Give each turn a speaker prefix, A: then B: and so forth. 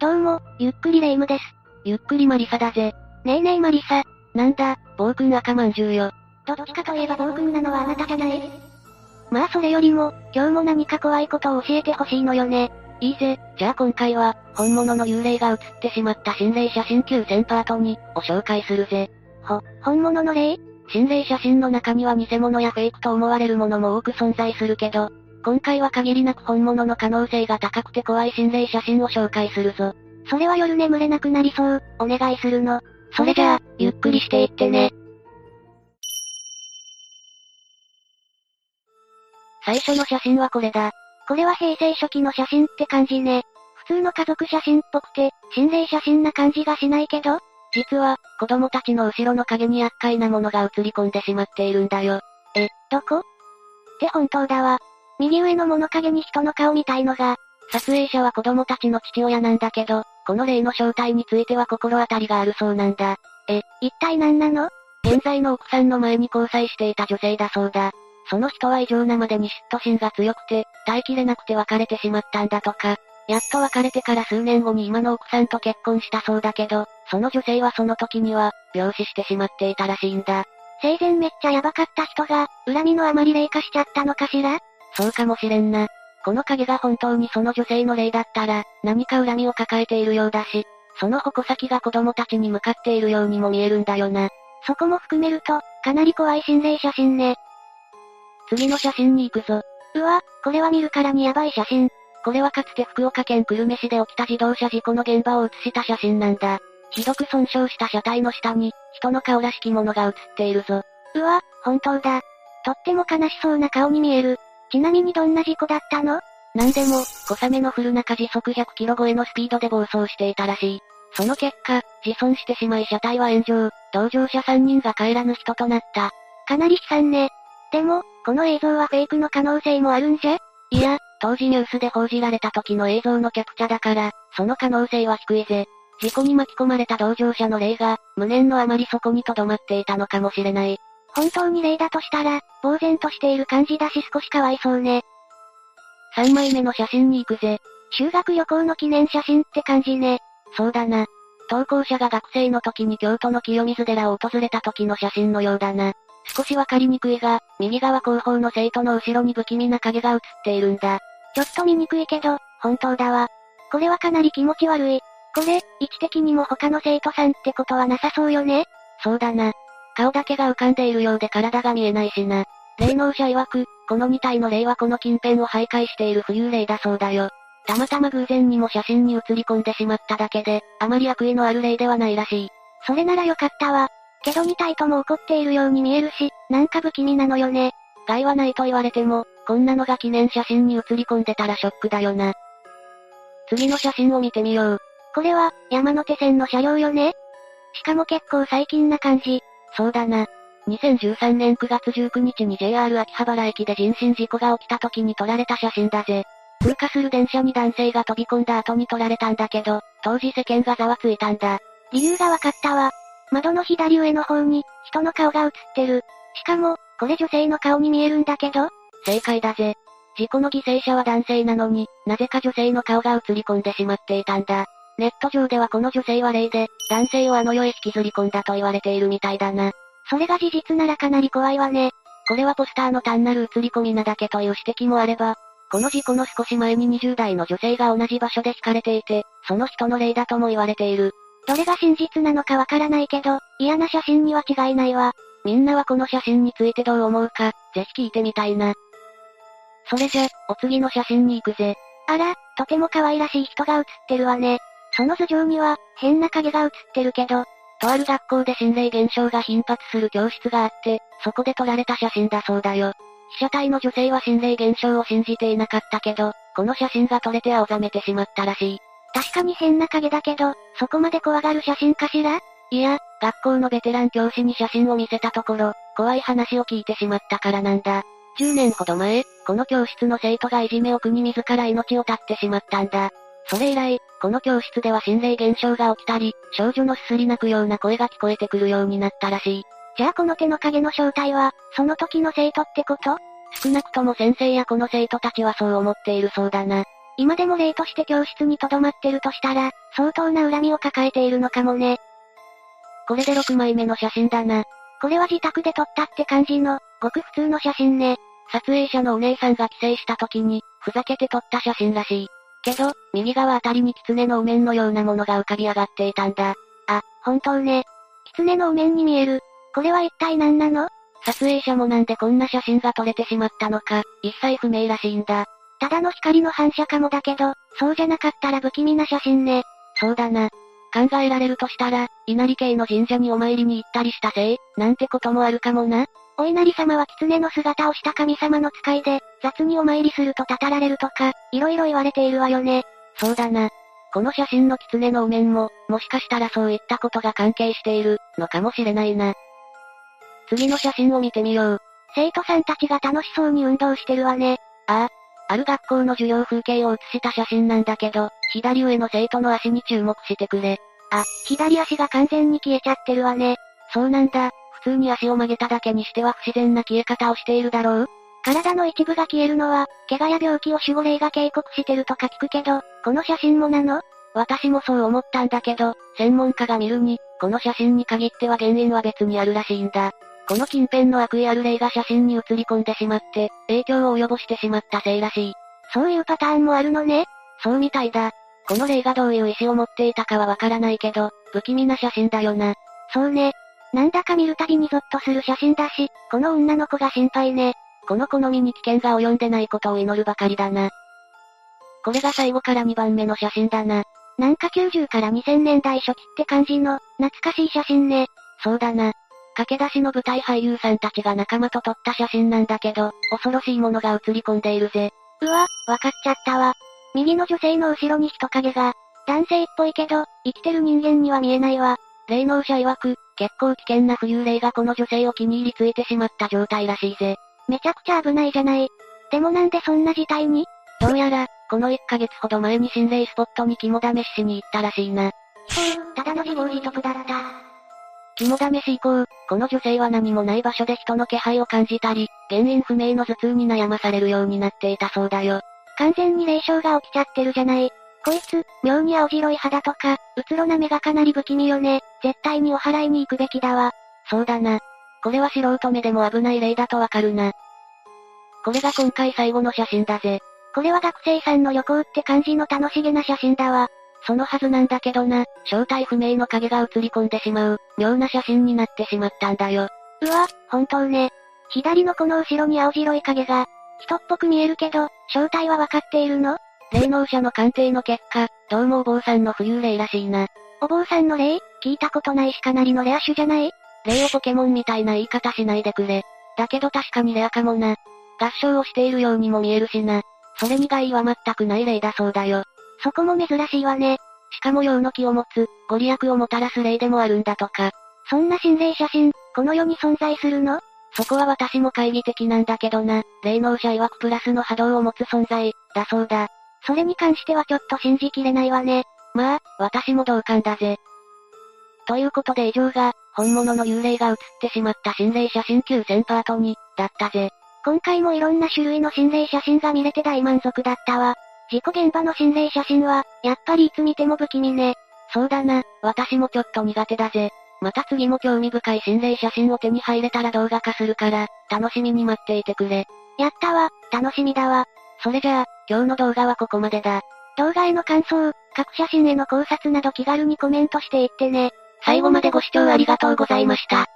A: どうも、ゆっくりレ夢ムです。
B: ゆっくりマリサだぜ。
A: ねえねえマリサ。
B: なんだ、暴君赤まんじゅうよ。
C: どっちかといえば暴君なのはあなたじゃない
A: まあそれよりも、今日も何か怖いことを教えてほしいのよね。
B: いいぜ、じゃあ今回は、本物の幽霊が映ってしまった心霊写真9000パート2を紹介するぜ。
A: ほ、本物の霊
B: 心霊写真の中には偽物やフェイクと思われるものも多く存在するけど、今回は限りなく本物の可能性が高くて怖い心霊写真を紹介するぞ。
A: それは夜眠れなくなりそう、お願いするの。
B: それじゃあ、ゆっくりしていってね。最初の写真はこれだ。
A: これは平成初期の写真って感じね。普通の家族写真っぽくて、心霊写真な感じがしないけど、
B: 実は、子供たちの後ろの影に厄介なものが映り込んでしまっているんだよ。
A: どこって本当だわ。右上の物陰に人の顔みたいのが、
B: 撮影者は子供たちの父親なんだけど、この霊の正体については心当たりがあるそうなんだ。
A: え、一体何なの
B: 現在の奥さんの前に交際していた女性だそうだ。その人は異常なまでに嫉妬心が強くて、耐えきれなくて別れてしまったんだとか。やっと別れてから数年後に今の奥さんと結婚したそうだけど、その女性はその時には、病死してしまっていたらしいんだ。
A: 生前めっちゃヤバかった人が、恨みのあまり霊化しちゃったのかしら
B: そうかもしれんな。この影が本当にその女性の霊だったら、何か恨みを抱えているようだし、その矛先が子供たちに向かっているようにも見えるんだよな。
A: そこも含めると、かなり怖い心霊写真ね。
B: 次の写真に行くぞ。
A: うわ、これは見るからにヤバい写真。
B: これはかつて福岡県久留米市で起きた自動車事故の現場を写した写真なんだ。ひどく損傷した車体の下に、人の顔らしきものが写っているぞ。
A: うわ、本当だ。とっても悲しそうな顔に見える。ちなみにどんな事故だったの
B: なんでも、小雨の降る中時速100キロ超えのスピードで暴走していたらしい。その結果、自損してしまい車体は炎上、同乗者3人が帰らぬ人となった。
A: かなり悲惨ね。でも、この映像はフェイクの可能性もあるんじゃ
B: いや、当時ニュースで報じられた時の映像のキャプチャだから、その可能性は低いぜ。事故に巻き込まれた同乗者の霊が、無念のあまりそこに留まっていたのかもしれない。
A: 本当に霊だとしたら、呆然としている感じだし少しかわいそうね。
B: 3枚目の写真に行くぜ。
A: 修学旅行の記念写真って感じね。
B: そうだな。投稿者が学生の時に京都の清水寺を訪れた時の写真のようだな。少しわかりにくいが、右側後方の生徒の後ろに不気味な影が写っているんだ。
A: ちょっと見にくいけど、本当だわ。これはかなり気持ち悪い。これ、位置的にも他の生徒さんってことはなさそうよね。
B: そうだな。顔だけが浮かんでいるようで体が見えないしな。霊能者曰く、この2体の霊はこの近辺を徘徊している浮遊霊だそうだよ。たまたま偶然にも写真に写り込んでしまっただけで、あまり悪意のある霊ではないらしい。
A: それならよかったわ。けど2体とも怒っているように見えるし、なんか不気味なのよね。
B: 害はないと言われても、こんなのが記念写真に写り込んでたらショックだよな。次の写真を見てみよう。
A: これは、山手線の車両よね。しかも結構最近な感じ。
B: そうだな。2013年9月19日に JR 秋葉原駅で人身事故が起きた時に撮られた写真だぜ。通過する電車に男性が飛び込んだ後に撮られたんだけど、当時世間がざわついたんだ。
A: 理由がわかったわ。窓の左上の方に、人の顔が映ってる。しかも、これ女性の顔に見えるんだけど、
B: 正解だぜ。事故の犠牲者は男性なのに、なぜか女性の顔が映り込んでしまっていたんだ。ネット上ではこの女性は霊で、男性をあの世へ引きずり込んだと言われているみたいだな。
A: それが事実ならかなり怖いわね。
B: これはポスターの単なる映り込みなだけという指摘もあれば、この事故の少し前に20代の女性が同じ場所で惹かれていて、その人の霊だとも言われている。
A: どれが真実なのかわからないけど、嫌な写真には違いないわ。
B: みんなはこの写真についてどう思うか、ぜひ聞いてみたいな。それじゃ、お次の写真に行くぜ。
A: あら、とても可愛らしい人が写ってるわね。その頭上には、変な影が写ってるけど、
B: とある学校で心霊現象が頻発する教室があって、そこで撮られた写真だそうだよ。被写体の女性は心霊現象を信じていなかったけど、この写真が撮れて青ざめてしまったらし
A: 確かに変な影だけど、そこまで怖がる写真かしら
B: い。いや、学校のベテラン教師に写真を見せたところ、怖い話を聞いてしまったからなんだ。10年ほど前、この教室の生徒がいじめを苦に自ら命を絶ってしまったんだ。それ以来、この教室では心霊現象が起きたり、少女のすすり泣くような声が聞こえてくるようになったらしい。
A: じゃあこの手の影の正体は、その時の生徒ってこと
B: 少なくとも先生やこの生徒たちはそう思っているそうだな。
A: 今でも例として教室に留まってるとしたら、相当な恨みを抱えているのかもね。
B: これで6枚目の写真だな。
A: これは自宅で撮ったって感じの、ごく普通の写真ね。
B: 撮影者のお姉さんが帰省した時に、ふざけて撮った写真らしい。けど、右側あたりに狐のお面のようなものが浮かび上がっていたんだ。
A: あ、本当ね。狐のお面に見える。これは一体何なの
B: 撮影者もなんでこんな写真が撮れてしまったのか、一切不明らしいんだ。
A: ただの光の反射かもだけど、そうじゃなかったら不気味な写真ね。
B: そうだな。考えられるとしたら、稲荷系の神社にお参りに行ったりしたせい、なんてこともあるかもな。
A: お稲荷様は狐の姿をした神様の使いで、雑にお参りするとたたられるとか、いろいろ言われているわよね。
B: そうだな。この写真の狐のお面も、もしかしたらそういったことが関係している、のかもしれないな。次の写真を見てみよう。
A: 生徒さんたちが楽しそうに運動してるわね。
B: ああ。ある学校の授業風景を写した写真なんだけど、左上の生徒の足に注目してくれ。
A: あ、左足が完全に消えちゃってるわね。
B: そうなんだ。普通に足を曲げただけにしては不自然な消え方をしているだろう
A: 体の一部が消えるのは、怪我や病気を守護霊が警告してるとか聞くけど、この写真もなの
B: 私もそう思ったんだけど、専門家が見るに、この写真に限っては原因は別にあるらしいんだ。この近辺の悪意ある霊が写真に写り込んでしまって、影響を及ぼしてしまったせいらしい。
A: そういうパターンもあるのね。
B: そうみたいだ。この霊がどういう意思を持っていたかはわからないけど、不気味な写真だよな。
A: そうね。なんだか見るたびにゾッとする写真だし、この女の子が心配ね。
B: この好みに危険が及んでないことを祈るばかりだな。これが最後から2番目の写真だな。
A: なんか90から2000年代初期って感じの、懐かしい写真ね。
B: そうだな。駆け出しの舞台俳優さんたちが仲間と撮った写真なんだけど、恐ろしいものが写り込んでいるぜ。
A: うわ、わかっちゃったわ。右の女性の後ろに人影が、男性っぽいけど、生きてる人間には見えないわ。
B: 霊能者曰く、結構危険な浮遊霊がこの女性を気に入りついてしまった状態らしいぜ。
A: めちゃくちゃ危ないじゃない。でもなんでそんな事態に
B: どうやら、この1ヶ月ほど前に心霊スポットに肝試ししに行ったらしいな。
C: ただの自業自得だった。
B: 肝試し以降、この女性は何もない場所で人の気配を感じたり、原因不明の頭痛に悩まされるようになっていたそうだよ。
A: 完全に霊障が起きちゃってるじゃない。こいつ、妙に青白い肌とか、うつろな目がかなり不気味よね。絶対にお祓いに行くべきだわ。
B: そうだな。これは素人目でも危ない霊だとわかるな。これが今回最後の写真だぜ。
A: これは学生さんの旅行って感じの楽しげな写真だわ。
B: そのはずなんだけどな、正体不明の影が映り込んでしまう、妙な写真になってしまったんだよ。
A: うわ、本当ね。左のこの後ろに青白い影が、人っぽく見えるけど、正体はわかっているの
B: 霊能者の鑑定の結果、どうもお坊さんの浮遊霊らしいな。
A: お坊さんの霊聞いたことないしかなりのレア種じゃない
B: 霊をポケモンみたいな言い方しないでくれ。だけど確かにレアかもな。合唱をしているようにも見えるしな。それに害は全くない霊だそうだよ。
A: そこも珍しいわね。
B: しかも用の気を持つ、ご利益をもたらす例でもあるんだとか。
A: そんな心霊写真、この世に存在するの
B: そこは私も懐疑的なんだけどな、霊能者曰くプラスの波動を持つ存在、だそうだ。
A: それに関してはちょっと信じきれないわね。
B: まあ、私も同感だぜ。ということで以上が、本物の幽霊が写ってしまった心霊写真9000パート2、だったぜ。
A: 今回もいろんな種類の心霊写真が見れて大満足だったわ。事故現場の心霊写真は、やっぱりいつ見ても不気味ね。
B: そうだな、私もちょっと苦手だぜ。また次も興味深い心霊写真を手に入れたら動画化するから、楽しみに待っていてくれ。
A: やったわ、楽しみだわ。
B: それじゃあ、今日の動画はここまでだ。
A: 動画への感想、各写真への考察など気軽にコメントしていってね。
B: 最後までご視聴ありがとうございました。